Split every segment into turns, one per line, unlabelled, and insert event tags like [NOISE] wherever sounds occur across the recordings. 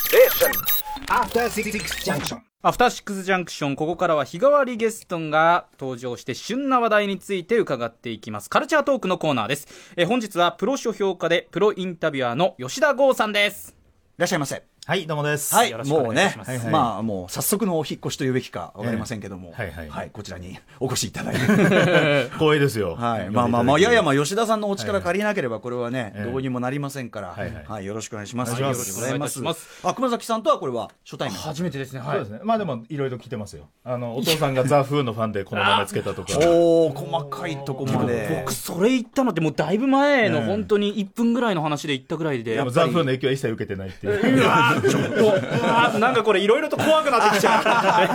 Station.
After Six Junction.
アフターシックスジャンクション、ここからは日替わりゲストが登場して旬な話題について伺っていきます。カルチャートークのコーナーです。えー本日はプロ書評家でプロインタビュアーの吉田剛さんです。
いらっしゃいませ。
はい、どうもです。
はい、
よろしくお
もう
願い
ね
しま、す
はいはいまあもう早速のお引っ越しというべきかわかりませんけども、
ええはいはい
こちらにお越しいただいて、
光栄ですよ。 [LAUGHS]
はい、まあまあまあ、いやいやま
あ。
あ吉田さんのお力借りなければこれはね、
ええ
どうにもなりませんから、は
はいいはい
よろしくお願いします。
お願いします
ありがとうござい
お願いいたしま
ます。あ、熊崎さんとはこれは初対面。
初めてですね、
そうですね。まあでも、いろいろ来てますよ。あの、お父さんがザ・フーのファンでこの名前つけたとか。
おお細かいとこまで
僕、。それ言ったのってもうだいぶ前の
ええ
本当に1分ぐらいの話で言ったぐらいで。
でも、ザ・フーの影響は一切受けてないっていう。
うわーちょっと、うわーなんかこれいろいろと怖くなってきちゃ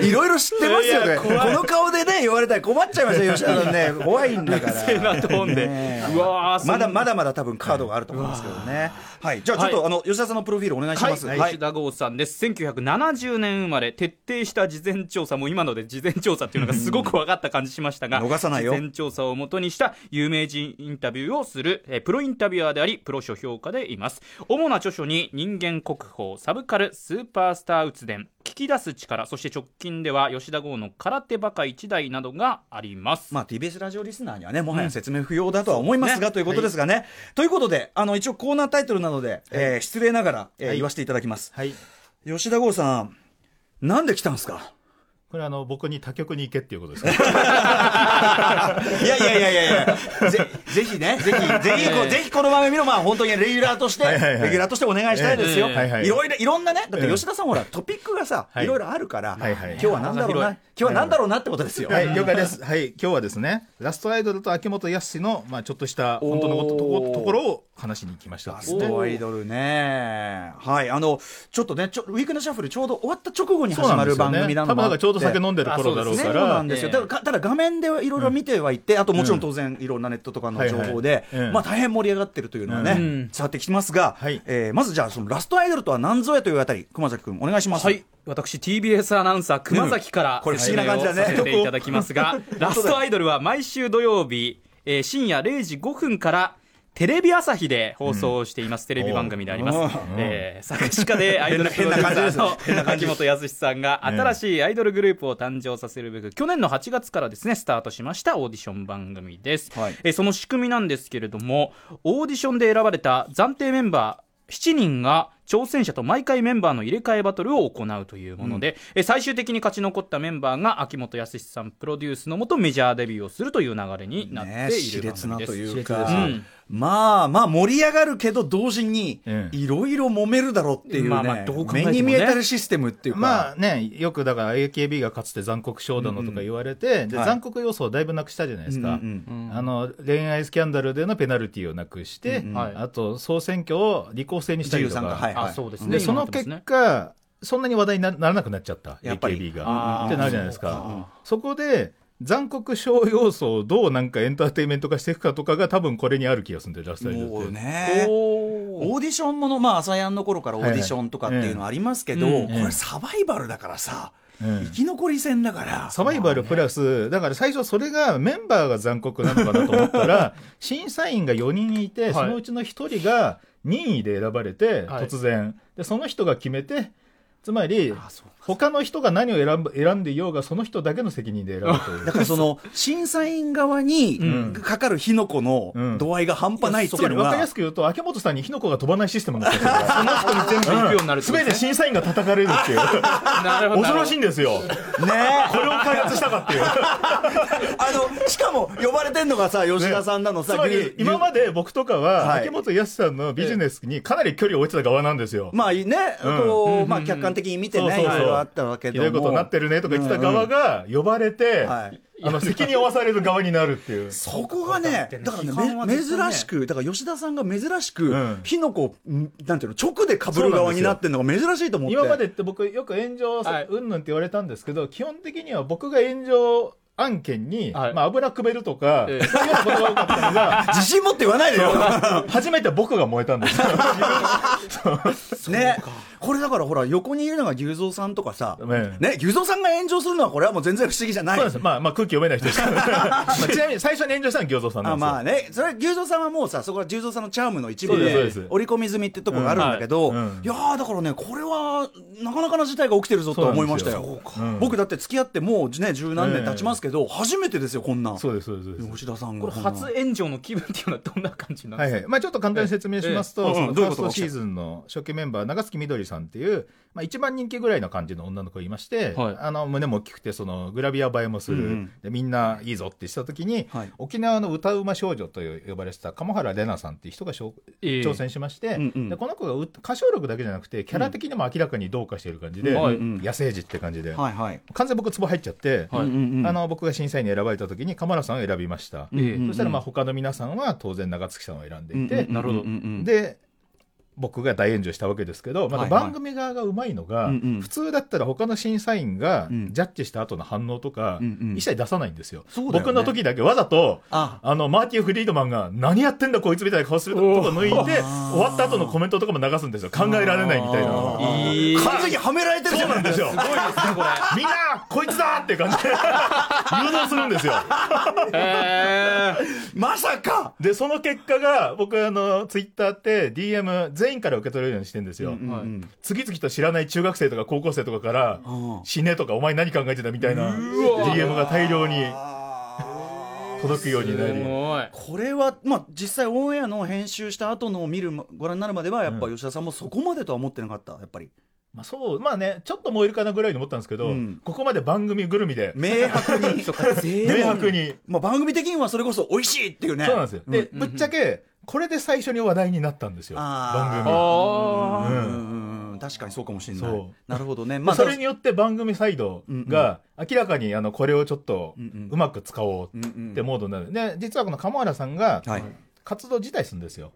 う。
いろいろ知ってますよ
い
ね。
や怖
この顔でね、言われたら困っちゃいましたよ、吉田さんね。怖いんだ
[LAUGHS]
から。
せーなトーンで
ねえ
うわーそん
まだまだまだ多分カードがあると思いますけどね。はい。じゃあちょっと、
はい
あの、吉田さんのプロフィールお願いします。
はい、吉田剛さんです。1970年生まれ、徹底した事前調査、もう今ので事前調査っていうのがすごく分かった感じしましたが、
うん逃さないよ
事前調査をもとにした有名人インタビューをする、えープロインタビュアーであり、プロ書評家でいます。主な著書に、人間国宝、サブカル、スーパースター鬱伝、聞き出す力、そして直近では吉田剛の空手バカ一代などがあります。
まあ、TBS ラジオリスナーにはね、もはや説明不要だとは思いますが、ということですがね。ということで、あの、一応コーナータイトルなので、えー失礼ながら、えー
はい
言わせていただきます。
はい。
吉田剛さん、なんで来たんですか
これ、あの、僕に他局に行けっていうことですか。
いやいやいやいやいや、 [LAUGHS] ぜぜひね、ぜひ、ぜひこう、ぜひこの番組の、まあ、本当にレギュラーとして、
はいはいはい
レギュラーとしてお願いしたいですよ。
ええ
はいはい
いろいろ、いろんなね、だって
ええ
吉田さんほら、トピックがさ、
はい
いろいろあるから、
はいはい
今日はなんだろうな、今日はなんだろうなってことですよ。
はい、了解です。はい、今日はですね、ラストアイドルと秋元康の、まあ、ちょっとした、本当のことと
お
こ
ー
ところを話しに行きました
ラ。ストアイドルね。はい。あの、ちょっとね、ちょウィークのシャッフルちょうど終わった直後に
そう
始
な
ま
んで
る
すよ
番
ね。
組な
多
の
分
もあ
なんか
って
ちょうど酒飲んでる頃だろう
そ
か
う
ら
なん。ですよ。
ええ
だからただ画面でいろいろ見てはいって、あともちろん当然いろんなネットとかの情報で
うんはいはいえ、え
まあ大変盛り上がってるというのはね、
うん
伝わってきますが
はい、
えーまずじゃあそのラストアイドルとは何ぞやというあたり、熊崎くんお願いします。
はい。私 TBS アナウンサー熊崎から、
これ不思議な感じだね
説明をさせていただきます
[LAUGHS]
がラストアイドルは毎週土曜日、えー深夜0時5分からテレビ朝日で放送をしています、テレビ番組であります、えー作詞家でアイドルプロデューサーの秋元康さんが新しいアイドルグループを誕生させるべく去年の8月からですねスタートしましたオーディション番組です、
はい
えーその仕組みなんですけれどもオーディションで選ばれた暫定メンバー7人が挑戦者と毎回メンバーの入れ替えバトルを行うというもので、え最終的に勝ち残ったメンバーが秋元康さんプロデュースのもとメジャーデビューをするという流れになってい
ね、
る番
熾烈な
組です。、
という
熾
か
烈です
まあまあ盛り上がるけど同時に
うん
いろいろ揉めるだろうっていうね、
まあまあどう考えても
目
ね
に見えたるシステムっていうか、
まあね、よくだから AKB がかつて残酷賞だのとか言われて、で
はい
残酷要素をだいぶなくしたじゃないですか、
うん
あの恋愛スキャンダルでのペナルティをなくして、
はい
あと総選挙を立候補制にしたりと
自由参加
か、
はい
あそうですね。
でその結
今なって
果、そんなに話題になならなくなっちゃった、
やっぱり
AKB
あー
が。ってなるじゃないですか。そこで残酷賞要素をどうなんかエンターテインメント化していくかとかが多分これにある気がするんで、ラストアイドルって。
もう
ますね
ね
おー
オーディションもの、まあ、朝やんの頃からオーディションとかっていうのはありますけど、
はいはい
うん
これサバイバルだからさ、
うん
生き残り戦だから。
サバイバルプラス、だから最初それがメンバーが残酷なのかなと思った
[LAUGHS]
ら、審査員が4人いて、そのうちの1人が任意で選ばれて、
はい
突然。で、その人が決めて、つまり
そう、
他の人が何を選ぶ選んでいようが、その人だけの責任で選ぶという
だ。から
[LAUGHS]
その、審査員側にかかる火の粉の度合いが半端ないって
つ
い
ま
う
り
の
分
は、
かりやすく言うと、秋元さんに火の粉が飛ばないシステムになってるから、
ここに全部行くようになるって
す
こ
べ
と
て
ですね
審査員が叩かれるっていう、
[LAUGHS] なるほど
恐ろしいんですよ、
ね
これを開発したかっていう。
あの、しかも呼ばれてんのがさ、吉田さんなのさ、
つまり
牛
今まで僕とかは
はい
秋元康さんのビジネスにかなり距離を置いてた側なんですよ。
まあね、
うん
こう、まあ客観的に見てね、いろいろあったわけ
ひど
でも。
いことになってるねとか言ってた側が呼ばれて、
はい
あ
[LAUGHS]
の責任を負わされる側になるっていう。
そこがね、だからね、め珍しく、だから吉田さんが珍しく
うん、
火の粉を、んなんていうの、直で被る側になってるのが珍しいと思って。
今までって僕よく炎上
はい
うんぬんって言われたんですけど、基本的には僕が炎上案件に、
はい
まあ、油くべるとか、そう
え
いう
え
言葉が多かった
[LAUGHS]
のが、
自信持って言わないでよ。 [LAUGHS]
初めて僕が燃えたんですよ。
ね、これだからほら横にいるのが牛蔵さんとかさ、
ね
ね、牛蔵さんが炎上するのはこれはもう全然不思議じゃない。
そうなんですまあ、まあ、空気読めない人
[LAUGHS]
ですから、まあちなみに最初に炎上したのは餃子さんな
あ
んですよ。
まあね、それ牛蔵さんはもうさそこは牛蔵さんのチャームの一部
そう
で
ですそうです
織り込み済みってとこがあるんだけど、
うんはいうん
いやーだからねこれはなかなかな事態が起きてるぞと思いましたよ
そうなんですよそうかうん
僕だって付き合ってもうね十何年経ちますけど、初めてですよこんなん
そうです、そうですそうです。
吉田さん
こ
が
れ初炎上の気分っていうのはどんな感じなん
は
で
い
すか、
はいまあ、ちょっと簡単に説明しますと、
ええ
その
う
フ
んどうい
ァ
う
ース
こと
トシーズンの初期メンバー、長月みどりさんっていう、まあ、一番人気ぐらいの感じの女の子がいまして、
はい
あの胸も大きくてその、グラビア映えもする、
うんうん
で、みんないいぞってしたときに、
はい
沖縄の歌うま少女という呼ばれてた鴨原玲奈さんっていう人がしょう
ええ
挑戦しまして、
うんうん
で、この子がう歌唱力だけじゃなくて、キャラ的にも明らかにどうかしている感じで、
うんはい
野生児って感じで、
はいはい、
完全に僕、ツボ入っちゃって、
はい
うんうんうん
あの僕が審査員に選ばれたときに、鴨原さんを選びました。
うんうんうん
そしたらまあ他の皆さんは当然長月さんを選んでいて、
うんうんうん
なるほど
うんうん
で僕が大炎上したわけですけど、ま
は
た
いはい
番組側がうまいのが、
うんうん
普通だったら他の審査員が
うん
ジャッジした後の反応とか、
うんうん
一切出さないんですよ。
そうだよね
僕の時だけわざと
あ
あのマーティン・フリードマンが何やってんだこいつみたいな顔するとこ抜いて終わった後のコメントとかも流すんですよ考えられないみたい
あ
な。
ー
いい
完全にはめられてるじ
そ
ゃ
うんなんですよ。
すごいですねこ
[LAUGHS] みんなこいつだって感じで [LAUGHS] 誘導するんですよ。
れ、え
まさか
で、その結果が、僕、あの、ツイッターって DM 全員から受け取れるようにしてんですよ。
うんうん
はい
次々と知らない中学生とか高校生とかから
ん、
死ねとかお前何考えてたみたいな DM が大量に届くようにな
ー、す
り。
ごい
これは、まあ、実際オンエアの編集した後のを見るご覧になるまではやっぱ吉田さんもそこまでとは思ってなかったやっぱ
[LAUGHS]
り
まあそう、まあね、ちょっと燃えるかなぐらいに思ったんですけど、
うん
ここまで番組ぐるみで、
明白 [LAUGHS] に
明白に。
まあ、番組的にはそれこそ美味しいっていうね
そうなんですよ。で、
うん
ぶっちゃけ、これで最初に話題になったんですよ。
あー
番組。
あ
う
うんん
うんうん確かにそうかもしれな
そ
いうなるほどね
まあ、
まあ
それによって番組サイドが明らかにあのこれをちょっと
うんうん
うまく使おう
うんうん
ってモードになる、で実はこの鴨原さんが
はい
活動辞退するんですよ、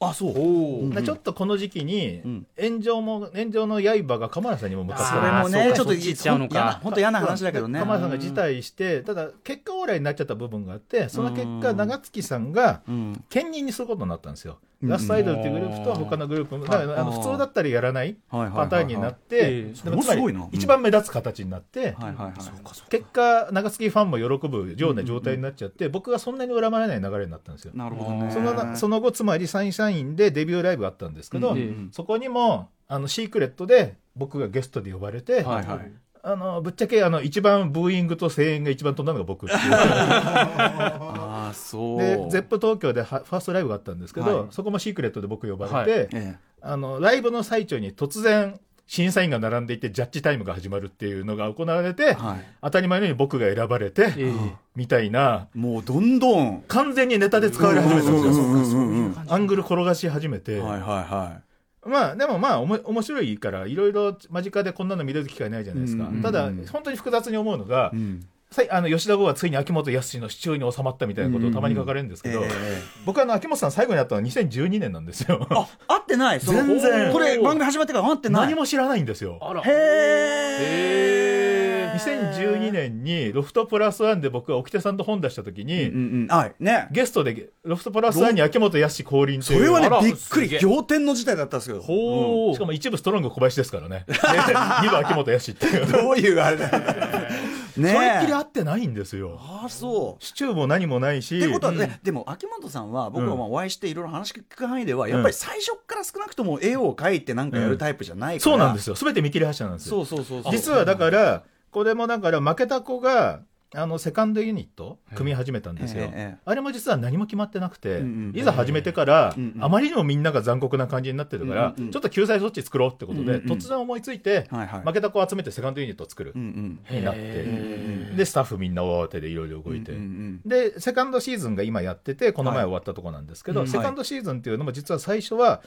あそう
おお
うん
でちょっとこの時期に
ん
炎上も炎上の刃が鴨原さんにも向かって
そ
た
れも
あ
ね
ー
ちょっ
そ
と
っち行っちゃうのか
嫌な本当嫌な話だけどね
鎌田さんが辞退して、ただ結果オーライになっちゃった部分があって、その結果、長月さんが
ん
兼任にすることになったんですよ。ラストアイドルっていうグループと他のグループも、だからあの
あー
普通だったらやらない
はいはいはいはい
パターンになっ
ええ
て、だから
それもすごいな
つまり一番目立つ形になって、
はいはいはいそうかそうか
結果、長月ファンも喜ぶような状態になっちゃって、僕がそんなに恨まれない流れになったんですよ。
なるほどね
そのなその後、つまりサイン社員でデビューライブがあったんですけど、
うんうん
そこにもあのシークレットで僕がゲストで呼ばれて、
はいはい
あのぶっちゃけあの一番ブーイングと声援が一番飛んだのが
[LAUGHS]
僕っていう
ああそう
で、ゼップ東京ではファーストライブがあったんですけど、
はい
そこもシークレットで僕呼ばれて、
ええ
あのライブの最中に突然、審査員が並んでいて、ジャッジタイムが始まるっていうのが行われて、
はい
当たり前のように僕が選ばれて、
ええ
みたいな、
もうどんどん
完全にネタで使われ始めたんですよ。
うんは
アングル転がし始めて、
いはいはい
まあでもまあおも面白いからいろいろ間近でこんなの見れる機会ないじゃないですか、
うんうんうん
ただ本当に複雑に思うのが、
ん
さいあの吉田剛はついに秋元康の支柱に収まったみたいなことをたまに書かれるんですけど、
ええ
僕はあの秋元さん最後に会ったのは2012年なんですよ
あ合ってないその
全然
これ番組始まってから合ってない
何 [LAUGHS] も知らないんですよ
あら
へえ
2012年にロフトプラスワンで僕は沖手さんと本出した時に、
うんうんはいね
ゲストでロフトプラスワンに秋元康降臨と
そ
いう
れは
あら
ねびっく
すげ
り
え
仰天の事態だったんですけど
ほう
しかも一部ストロング小林ですから
[LAUGHS]
ね二部秋元康っていう
どういうあれだ
[LAUGHS]
よねえ
それっきり会ってないんですよ
ああそう
シチューも何もないし。
ってことはね、でも秋元さんは僕はまあお会いしていろいろ話聞く範囲ではやっぱり最初から少なくとも絵を描いてなんかやるタイプじゃないか
そ
ら、
うなんですすよ。すべて見切り発車なんですよ。
そうそうそうそう
実はだから、これもだから負けた子が、あの、セカンドユニット、組み始めたんです
え
よ
えええ。
あれも実は何も決まってなくて
んうん、
いざ始めてから
んう、ん
あまりにもみんなが残酷な感じになってるから、
うんうんうん
ちょっと救済措置作ろうってこと
うんうん
で、
うん
突然思いついて、
はいはい
負けた子を集めてセカンドユニットを作る
う、ん
になって。で、スタッフみんな大慌てでいろいろ動いて
うんう。ん
で、セカンドシーズンが今やってて、この前
はい
終わったとこなんですけど、
うん
セカンドシーズンっていうのも実は最初は、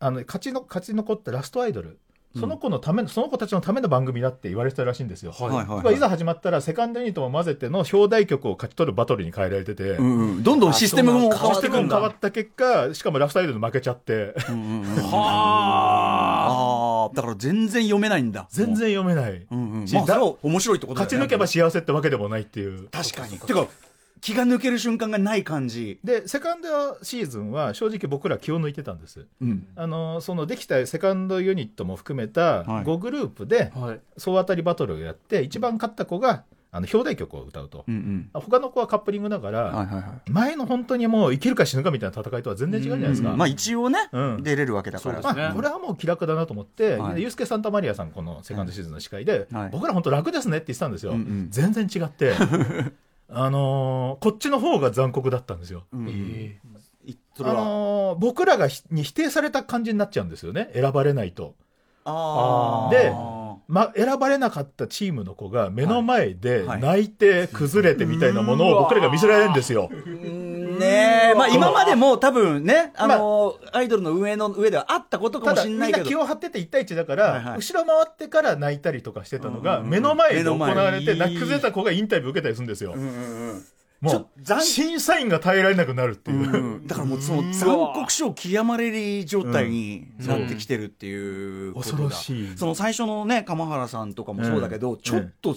あの勝ちの勝ち残ったラストアイドル、その子のための、その子たちのための番組だって言われてたらしいんですよ。
うんはいはい
まあ
はい
いざ始まったら、セカンドユニットも混ぜての表題曲を勝ち取るバトルに変えられてて、
うんうんどんどんシステムも変わ
そ
っ
してて
く
変
んだ
わった結果、しかもラストアイドルに負けちゃって、
ああ
の
だから全然読めないんだ。
全然読めない、
うんうん。
し
まあ、そ
だ
れは面白いってことだよ
勝ち
ね
抜けば幸せってわけでもないっていう
確かに。てか、気が抜ける瞬間がない感じ。
でセカンドシーズンは正直僕ら気を抜いてたんです
うん。
あのそのできたセカンドユニットも含めた
はい
5グループで
はい、
総当たりバトルをやって一番勝った子があの表題曲を歌うと
うんうん。
他の子はカップリングだから、
はいはいはい。
前の本当にもう生きるか死ぬかみたいな戦いとは全然違うじゃないですか。
うんまあ一応ね、
うん
出れるわけだか
そ
ら。
うですね
あこれはもう気楽だなと思って、
はい
でユースケ・サンタマリアさん、このセカンドシーズンの司会で、
はい
僕ら本当楽ですねって言ってたんですよ、
うんうん
全然違
[LAUGHS]
って、あのーこっちの方が残酷だったんですよ、
うんうん
え
いそ
あ
れは。
のー僕らがひに否定された感じになっちゃうんですよね、選ばれないと。
あ
で
あ
ま、選ばれなかったチームの子が目の前で
はい
泣いて崩れてみたいなものを僕らが見せられるんですよ。
ーねえ、まあ今までも多分ね、あの、アイドルの上の上ではあったことか
た
も
だ
し
み
れ
ん
な
ない
けど。
気を張ってて1対1だか
はいは
ら
い
後ろ回ってから泣いたりとかしてたの
う
が
んうんうん
目の前で
目の
行
前
われて泣き崩れた子がインタビュー受けたりするんですよ
うんうんうんちょ
も
っと
う審査員が耐えられなくなるっていう、
だからもうその残酷症極まれり状態になってきてるっていうことだ、
うん恐ろしい
その最初のね鎌原さんとかもそうだけ
う
ど、
ん
ちょっと、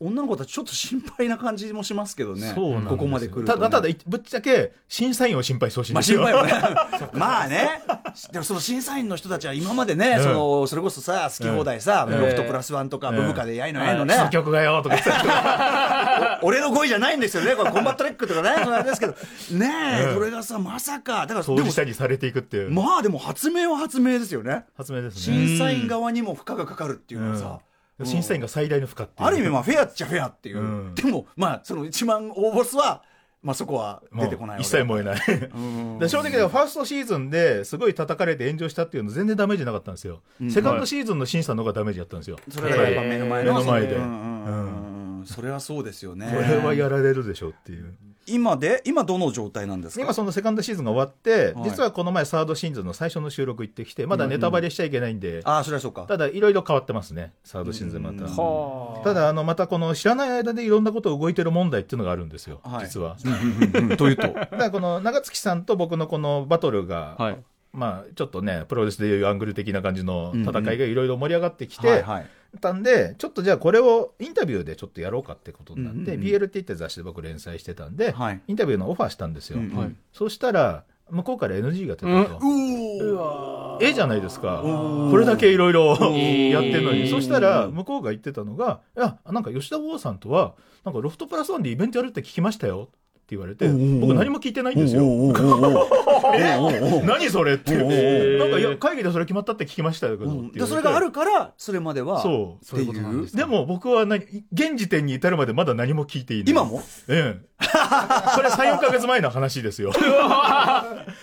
女の子たちちょっと心配な感じもしますけどね
そうなんですよ
ここまで来ると、
た
ね、
だただいぶっちゃけ審査員を心配してほしいん
まあ
です
心
よ、
配もね [LAUGHS] まあねでもその審査員の人たちは今までね、
うん
そのそれこそさ好き放題さ「
うん
ロフトプラスワン」とか「
うん
ブブカ」でやいのやいのね、
その曲がよとか言ってたけど
俺の声じゃないんですよね、これコンバットレックと
[LAUGHS]
かね、それあれですけど、ねえ、
うん
これがさ、まさか、だから、
当
でも
事者にされていくっていう、
まあでも発明は発明ですよね。
発明ですね、
審査員側にも負荷がかかるっていうのはさ、
うん審査員が最大の負荷っていう
ある意味まあフェアっちゃフェアっていう、
うん
でもまあその1万応募数は、まあ、そこは
もう
出てこないわけ
一切燃えないで正直だからファーストシーズンですごい叩かれて炎上したっていうの全然ダメージなかったんですよ、セカンドシーズンの審査の方がダメージやったんですよ、
それがやっぱ目の前の,、
目の前で
うんうんうんうんそれはそうですよね
これはやられるでしょうっていう
今で今どの状態なんですか
今そのセカンドシーズンが終わって、
はい
実はこの前サードシーズンの最初の収録行ってきてまだネタバレしちゃいけないんで、
ああそれはそうか
ただいろいろ変わってますねサードシーズンまた、
うん
はあ
ただあのまたこの知らない間でいろんなこと動いてる問題っていうのがあるんですよ、
はい
実は
というと
だからこの長月さんと僕のこのバトルが、
はい
まあちょっとねプロレスでいうアングル的な感じの戦いがいろいろ盛り上がってきて、
はいはい
たんで、ちょっとじゃあこれをインタビューでちょっとやろうかってことになって、
うんうんうん
BLT って雑誌で僕連載してたんで、
はい
インタビューのオファーしたんですよ。
うんはい
そうしたら、向こうから NG が出たと。
うわ
ええじゃないですか。これだけいろいろやってるのに。
えー
そしたら、向こうが言ってたのが、いや、なんか吉田剛さんとは、なんかロフトプラスワンでイベントやるって聞きましたよ。って言われて、
おうおう
僕何も聞いてないん
お
ですよ。
おおお
え
おおお
何それっていう
おうお
う
なんかいや会議でそれ決まったって聞きましたけどって言われて
でそれがあるからそれまでは
そう
っていう
でも僕は何現時点に至るまでまだ何も聞いていない。
今も
ええ。
[LAUGHS]
これ3、4ヶ月前の話ですよ。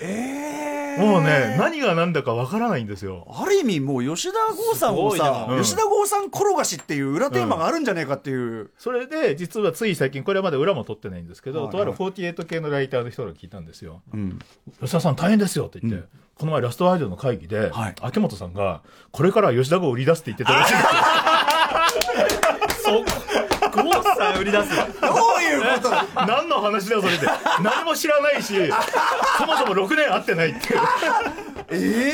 ええ
もうね、何が何だかわからないんですよ。
ある意味もう吉田剛さんを
す
さ、
ごいなうん
吉田剛さん転がしっていう裏テーマがあるんじゃねえかっていう、
それで、実はつい最近、これはまだ裏も取ってないんですけど、
はい
とある48系のライターの人が聞いたんですよ。
うん
吉田さん大変ですよって言って、この前ラストアイドルの会議で、
はい
秋元さんが、これからは吉田が売り出すって言ってたら
[LAUGHS]
しいんですよ。
そうゴーさん売り出す
どういうことだ
何の話だよ、それで。何も知らない
[LAUGHS]
し、そもそも6年会ってないっていう。
え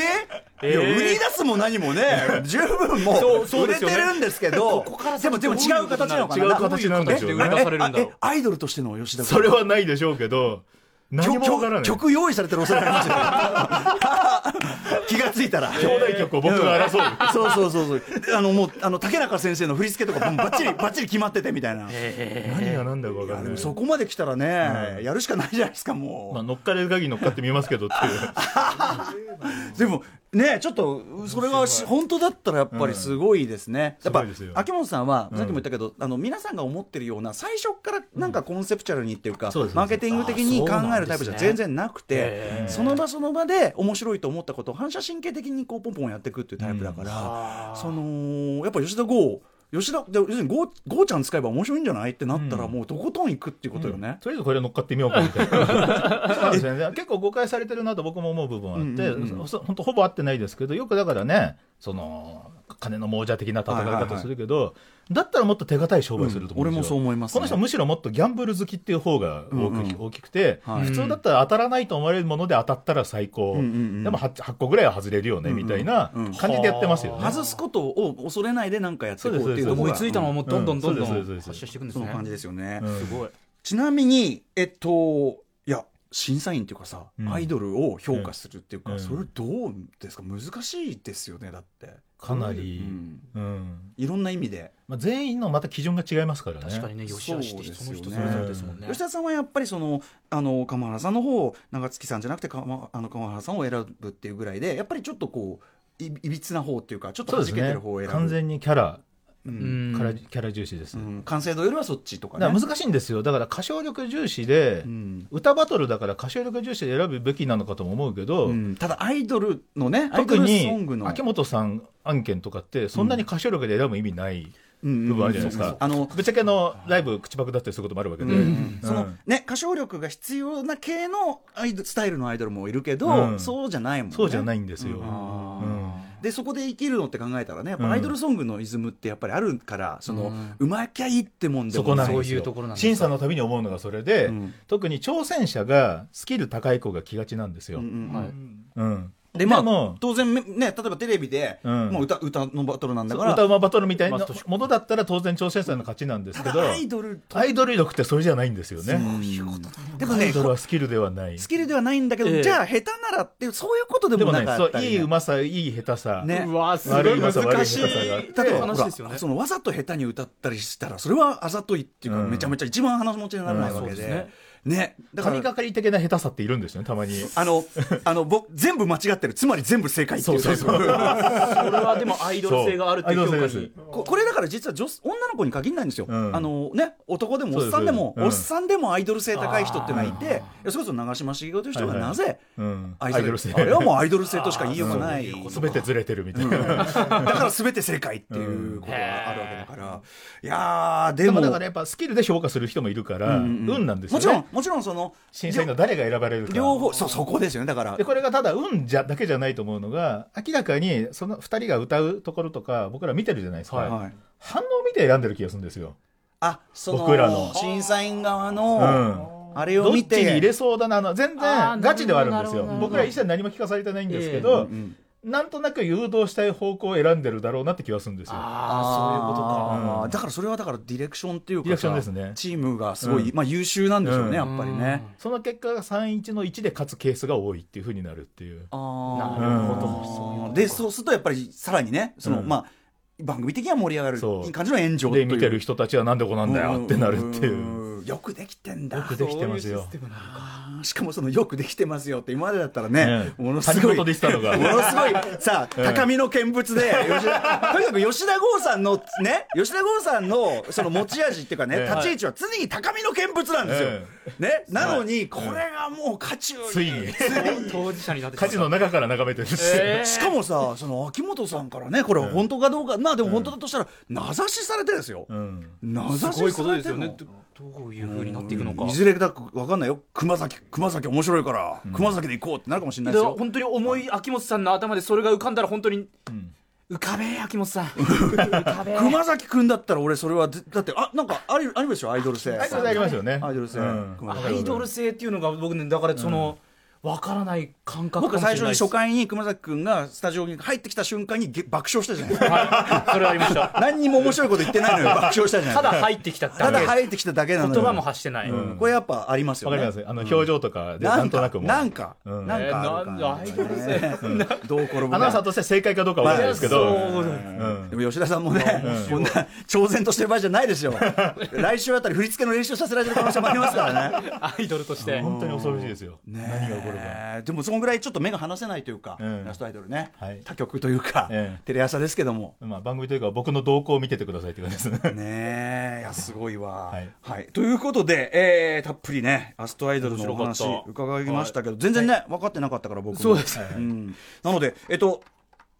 えいや
ええ
売り出すも何 [LAUGHS] もね、十分も
そう
う
そう
売
で
れ
す
て
よね
るんですけど、でもでも違う形なのかな
違う形なんですよ
どういう
ね。
されるんだろう
えアイドルとしての吉田剛
それはないでしょうけど、何
曲
もわからない。
曲用意されてる恐れがありますよ [LAUGHS] 気がついたら
兄弟曲を僕が争う。 [LAUGHS]
そうそうそうそうであ [LAUGHS] のもうあの竹中先生の振り付けとかもバッチリバッチリ決まっててみたいな
何が何だか分かん
で
な
も
い。
そこまで来たらね、やるしかないじゃないですかもう、
まあ、乗っかれる限り乗っかってみますけどっていう。
でもねちょっとそれがし本当だったらやっぱりすごいですね、
うんす
や
ごい
っ
ですよ
ぱ秋元さんはさっきも言ったけど、あの皆さんが思ってるような最初からなんかコンセプチュアルにっていうか、
そうです
マーケティング的に考えるタ
あそうな
イプじゃ
んですね
全然なくてその場その場で面白いと思ったことを反射神経的にこうポンポンやっていくっていうタイプだから、そのやっぱ吉田剛吉田で要するにゴーゴーちゃん使えば面白いんじゃないってなったらもうとことんいくっていうことよね。
[LAUGHS] とりあえずこれ乗っかってみようかみたいな。そう [LAUGHS] ですね。結構誤解されてるなと僕も思う部分あって、そそほんとほぼ合ってないですけど、よくだからね、その金の亡者的な戦い方をするけど、だったらもっと手堅い商売すると思うんですよ、
うん俺もそう思いま
こ
すね
の人はむしろもっとギャンブル好きっていう方が大き,、大きくて、
はい
普通だったら当たらないと思われるもので当たったら最高、
んうんうん
でも 8, 8個ぐらいは外れるよねみたいな
うんうん
感じでやってますよね。
外すことを恐れないで何かやっていこうっていうとこ
思
ろ
い
が
ついたのをもうどんどんどんどん
うんそうですそうです
発射していくんです
そ
ね
の感じですよね、
うん
すごい
ちなみにえっといや審査員っていうかさ、
うん
アイドルを評価するっていうか、
うん
それどうですか難しいですよねだって、
かな
う
り、
ん、
うん
いろんな意味で
まあ、全員のまた基準が違いますからね。
確かにね、よしあしって人
そ
の
うです
人
よね
それぞれですもんね。
吉田さんはやっぱりそのあの鎌原さんの方を長月さんじゃなくてかまあの鎌原さんを選ぶっていうぐらいでやっぱりちょっとこういいびつな方っていうかちょっと
そう
は
で
じ
す
けて
ね
る方を選ぶ
完全にキャラ、
う
う
んん
からキャラ重視です、
うん完成度よりはそっちとかね
だから難しいんですよだから歌唱力重視で、
うん
歌バトルだから歌唱力重視で選ぶべきなのかとも思うけど、
うんただアイドルのねアイド
特
ル
に
ソングの
秋元さん案件とかってそんなに歌唱力で選ぶ意味ない
部
部分あるじゃないですか、
あの
ぶっちゃけのライブ口パクだったりすることもあるわけで、うん
そのね、歌唱力が必要な系のアイドスタイルのアイドルもいるけど、
うん
そうじゃないもんね。
そうじゃないいんですよ、
あ
う
ー
ん
でそこで生きるのって考えたらねやっぱ
うん
アイドルソングのイズムってやっぱりあるからその、う
うん
まきゃいいってもんで
そ
も
こ
な
ないんで
そう
す
いう
よ
ところなんですよ
審査のたびに思うのがそれで、
うん
特に挑戦者がスキル高い子が来がちなんですよ、
う
うん
うんんうん
はい
でまあ
でも
当然ね例えばテレビで、
うん
もう歌歌のバトルなんだから
歌うまバトルみたいな
まあ
ものだったら当然挑戦者の勝ちなんですけ
た
ど
だアイドル
アイドル力ってそれじゃないんですよね
でも
ア
ね
イドルはスキルではない
スキルではないんだけど、
ええ
じゃあ下手ならっていうそういうことで
でも
もな
ね
かっ
そ
た
う
り
いいうまさいい下手さ、
ね
うわすご
悪
い
い
難
噂
しい
悪い噂があって
例えば
話ですよね。
そのわざと下手に歌ったりしたらそれはあざといっていうか、
うん
めちゃめちゃ一番話持ちにならないわ
そう
け
で
で、
すね。
ねだか
神
ら
がかり的な下手さっているんですよねたまに
あのあの僕全部間違ってるつまり全部正解っていう
そうそうそう
タイ
それはでもアイドル性があるっていう評
そうア
価
イドル性
に
で。
プここれだから実は女女の子に限らないんですよ、
うん
あのね、男でもおっさんでも
そう
おっ
です
さんでもアイドル性高い人っていうのはいていやそれこそ長嶋茂雄という人が
はいはい
なぜ
うん
ア
ア
イ
イ
ド
ド
ル
ル性
あれはもうアイドル性としか言いようがない、
全てずれてるみたい
うんだ
[LAUGHS] な、
から全て正解っていうことがあるわけだから、いやーで
で
も
もだからやっぱスキルで評価する人もいるから、
うんうん
運なんですよ
も
ね
ちろんもちろんその
審査員の誰が選ばれるか
両方そうそこですよねだから
でこれがただ運じゃだけじゃないと思うのが明らかにその2人が歌うところとか僕ら見てるじゃないですか、
はい
反応を見て選んでる気がするんですよ
あその
僕らの
審査員側
う
の、
ん
あれ
どっ
を
ち
見
に
て
入れそうだなあの全
あー
然ガチではあるんですよ
なるほどなるほど
僕ら一切何も聞かされてないんですけ
うんう
ど、
ん
なんとなく誘導したい方向を選んでるだろうなって気がするんですよ
ああ、そういうこと
あー
うん
だからそれはだからディレクションっていうかさ
ディレクションですね
チームがすごい、
うん
まあ優秀なんでしょうね、
うん
や
か。
っぱりね、
その結果が3-1の1で勝つケースが多いっていうふうになるっていう
ああ
なるほど
うんでそうするとやっぱりさらにねその、
うん
まあ番組的には盛り上がる
そう
いい感じの炎上とい
で
う
見てる人たちはなんでこうなんだよってなるっていううん
よくできてんだ
よくできてますよ
あーしかもそのよくできてますよって今までだったらね
ね、え
ものすご
谷
い
本でしたのが
ものすごい
[LAUGHS]
さあ、高みの見物で吉田とにかく吉田剛さんのね吉田剛さんのその持ち味っていうかね、
[LAUGHS] ええ
立ち位置は常に高みの見物なんですよ、
[LAUGHS] え
ねなのにこれがもう渦中に
ついに
当事者になって
火事の中から眺めてるし、
え
しかもさその秋元さんからねこれ本当かどうか、まあでも本当だとしたら名指しされてですよ、
[LAUGHS] うん
名指し
す
されて
ごいことです
る
よ
の
ね。どどういう風になっていくのか。
いずれだかわかんないよ熊崎熊崎面白いから、熊崎で行こうってなるかもしれないですよ
本当に重い秋元さんの頭でそれが浮かんだら本当に
ん
浮かべえ秋元さん浮かべえ
熊崎君だったら俺それはぜだってあなんかありありでしょアイドル性
アイドルでありますよね
アイドル性
うん
熊崎
アイドル性っていうのが僕ねだからそのわからない感覚
僕
かも
は
しれない
最初に初回に熊崎君がスタジオに入ってきた瞬間にげ爆笑したじゃないですか
回それはありました
何にも面白いこと言ってないのに爆笑したじゃないです
[LAUGHS] た
か
だ入ってきただけ
ただ入ってきただけなのに
言葉も発してない、
これやっぱありますよ
わか
ね
りますあの表情とかで
な
なん
ん
とな
か
くもう
なんか
うん
なんかある感じ
えーなんアイドル性
ねどう転ぶか
アナウンサーとして正解かどうかは分かんないですけど、
まあそう
うん
でも吉田さんもね、こんな挑戦としてる場合じゃな
[LAUGHS]
いですよ、来週あたり振り付けの練習させられてる可能性もありますからね。
アイドルとして
本当に恐ろしいですよ、何が起こるか。
えーでもそのぐらいちょっと目が離せないというか、
うん
ラストアイドルね、
はい
他局というか、
ええ
テレ朝ですけども。
まあ、番組というか僕の動向を見ててくださいって感じですね。
ねえいやすごいわ、は
はいい
ということで、えーたっぷりねラストアイドルのお話
面白かった
伺いましたけど、全然ね、分かってなかったから僕もそうです、ん、なのでえっと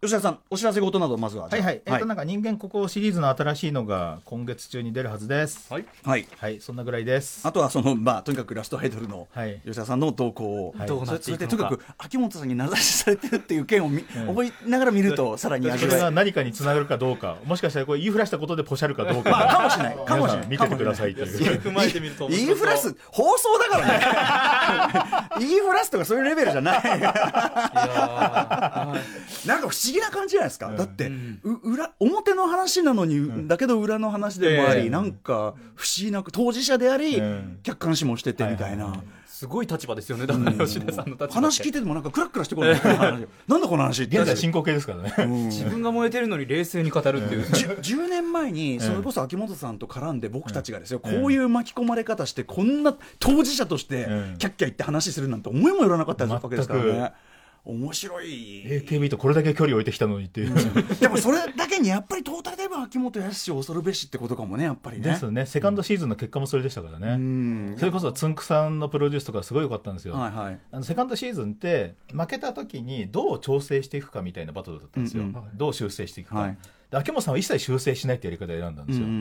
吉田さん、お知らせ事など、まずは。
はいはい、えっ、
はい
と、なんか人間ここシリーズの新しいのが今月中に出るはずです。
はい
はい
はい、そんなぐらいです。
あとはその、まあ、とにかくラストアイドルの
はい
吉田さんの動向を、
はい
どうなっ
それ
てい
そ
く
れ
のか
でとにかく秋元さんに名指しされてるっていう件を見、
ん
覚えながら見ると、さらに味
それ
わえ
が
る
何かにつながるかどうか、もしかしたらこれ言いふらしたことでポシャるかどうか、
まあ、かもしれない、かもしれ
皆
な
さ
い。
ん見ててくださいという。
踏まえてみると面白そ
言い
う
ふらす放送だか
[LAUGHS]
らね言いふらすとかそういうレベルじゃないなん
い
か
や
不思議な感じじゃないですか、だって、う裏表の話なのに、だけど裏の話でもあり、
ええ
なんか不思議な当事者であり、
うん
客観視もしててみたいな、
ーすごい立場ですよねだから吉田さんの立場って
話聞いててもなんかクラクラしてこない、なんだこの話って
現在進行形ですからね。 [LAUGHS]
自分が燃えてるのに冷静に語るっていう
じゅ 10, 年前にそれこそ秋元さんと絡んで僕たちがですよ、こういう巻き込まれ方してこんな当事者として
うん
キャッキャ言って話するなんて思いもよらなかったわけですから
全
ね面白い
AKB とこれだけ距離置いてきたのにっていう。
でもそれだけにやっぱりトータルで言えば秋元康を恐るべしってことかもねやっぱり
で
ね
すね、セカンドシーズンの結果もそれでしたからね。
うん
それこそつんくさんのプロデュースとかすごい良かったんですよ。
はいはい
あのセカンドシーズンって負けた時にどう調整していくかみたいなバトルだったんですよ、
うんうん
どう修正していくか、
はい
で秋元さんは一切修正しないってやり方を選んだんで
う
す
ん
よ、
うんう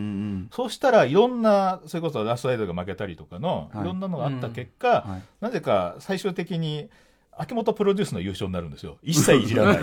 ん
そうしたらいろんなそれこそラストアイドルが負けたりとかの、
はい
い、ろんなのがあった結
う
果、
んはい
なぜか最終的に秋元プロデュースの優勝になるんです
[LAUGHS]
よ一切いじ [LAUGHS] らない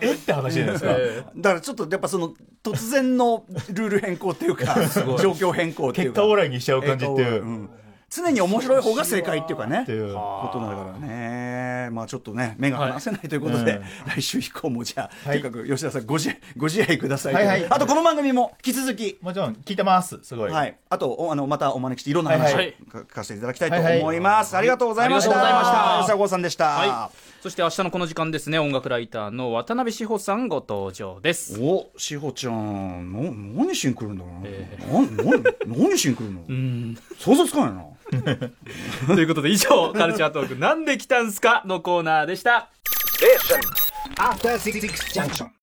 えって話じゃないですか、
だからちょっとやっぱその突然のルール変更ってい
[LAUGHS]
うか
ごい
状況変更ってい
結
うか
果オーライにしちゃう感じっていう、
ん常に面白い方が正解っていうかね
っていう
ことだからね、まあちょっとね、目が離せないということで、
はい
[LAUGHS] 来週以降もじゃあ、
はい
とにかく吉田さんご自、ご自愛くださいと、
はいはい
あとこの番組も引き続き、
もちろん聞いてますすごい、
はい、あとおあのまたお招きして、いろんな話を
はい
か聞かせていただきたいと思います。ありがとうございました。
ありがとうございました
吉田剛さんでした。
はい、そして明日のこの時間ですね音楽ライターの渡辺志保さんご登場です
お、志保ちゃん、な何しに来るんだろうな。なな何しに来るの想像つかないな。
ということで以上カルチャートークなんで来たんすかのコーナーでした
After Six Junction.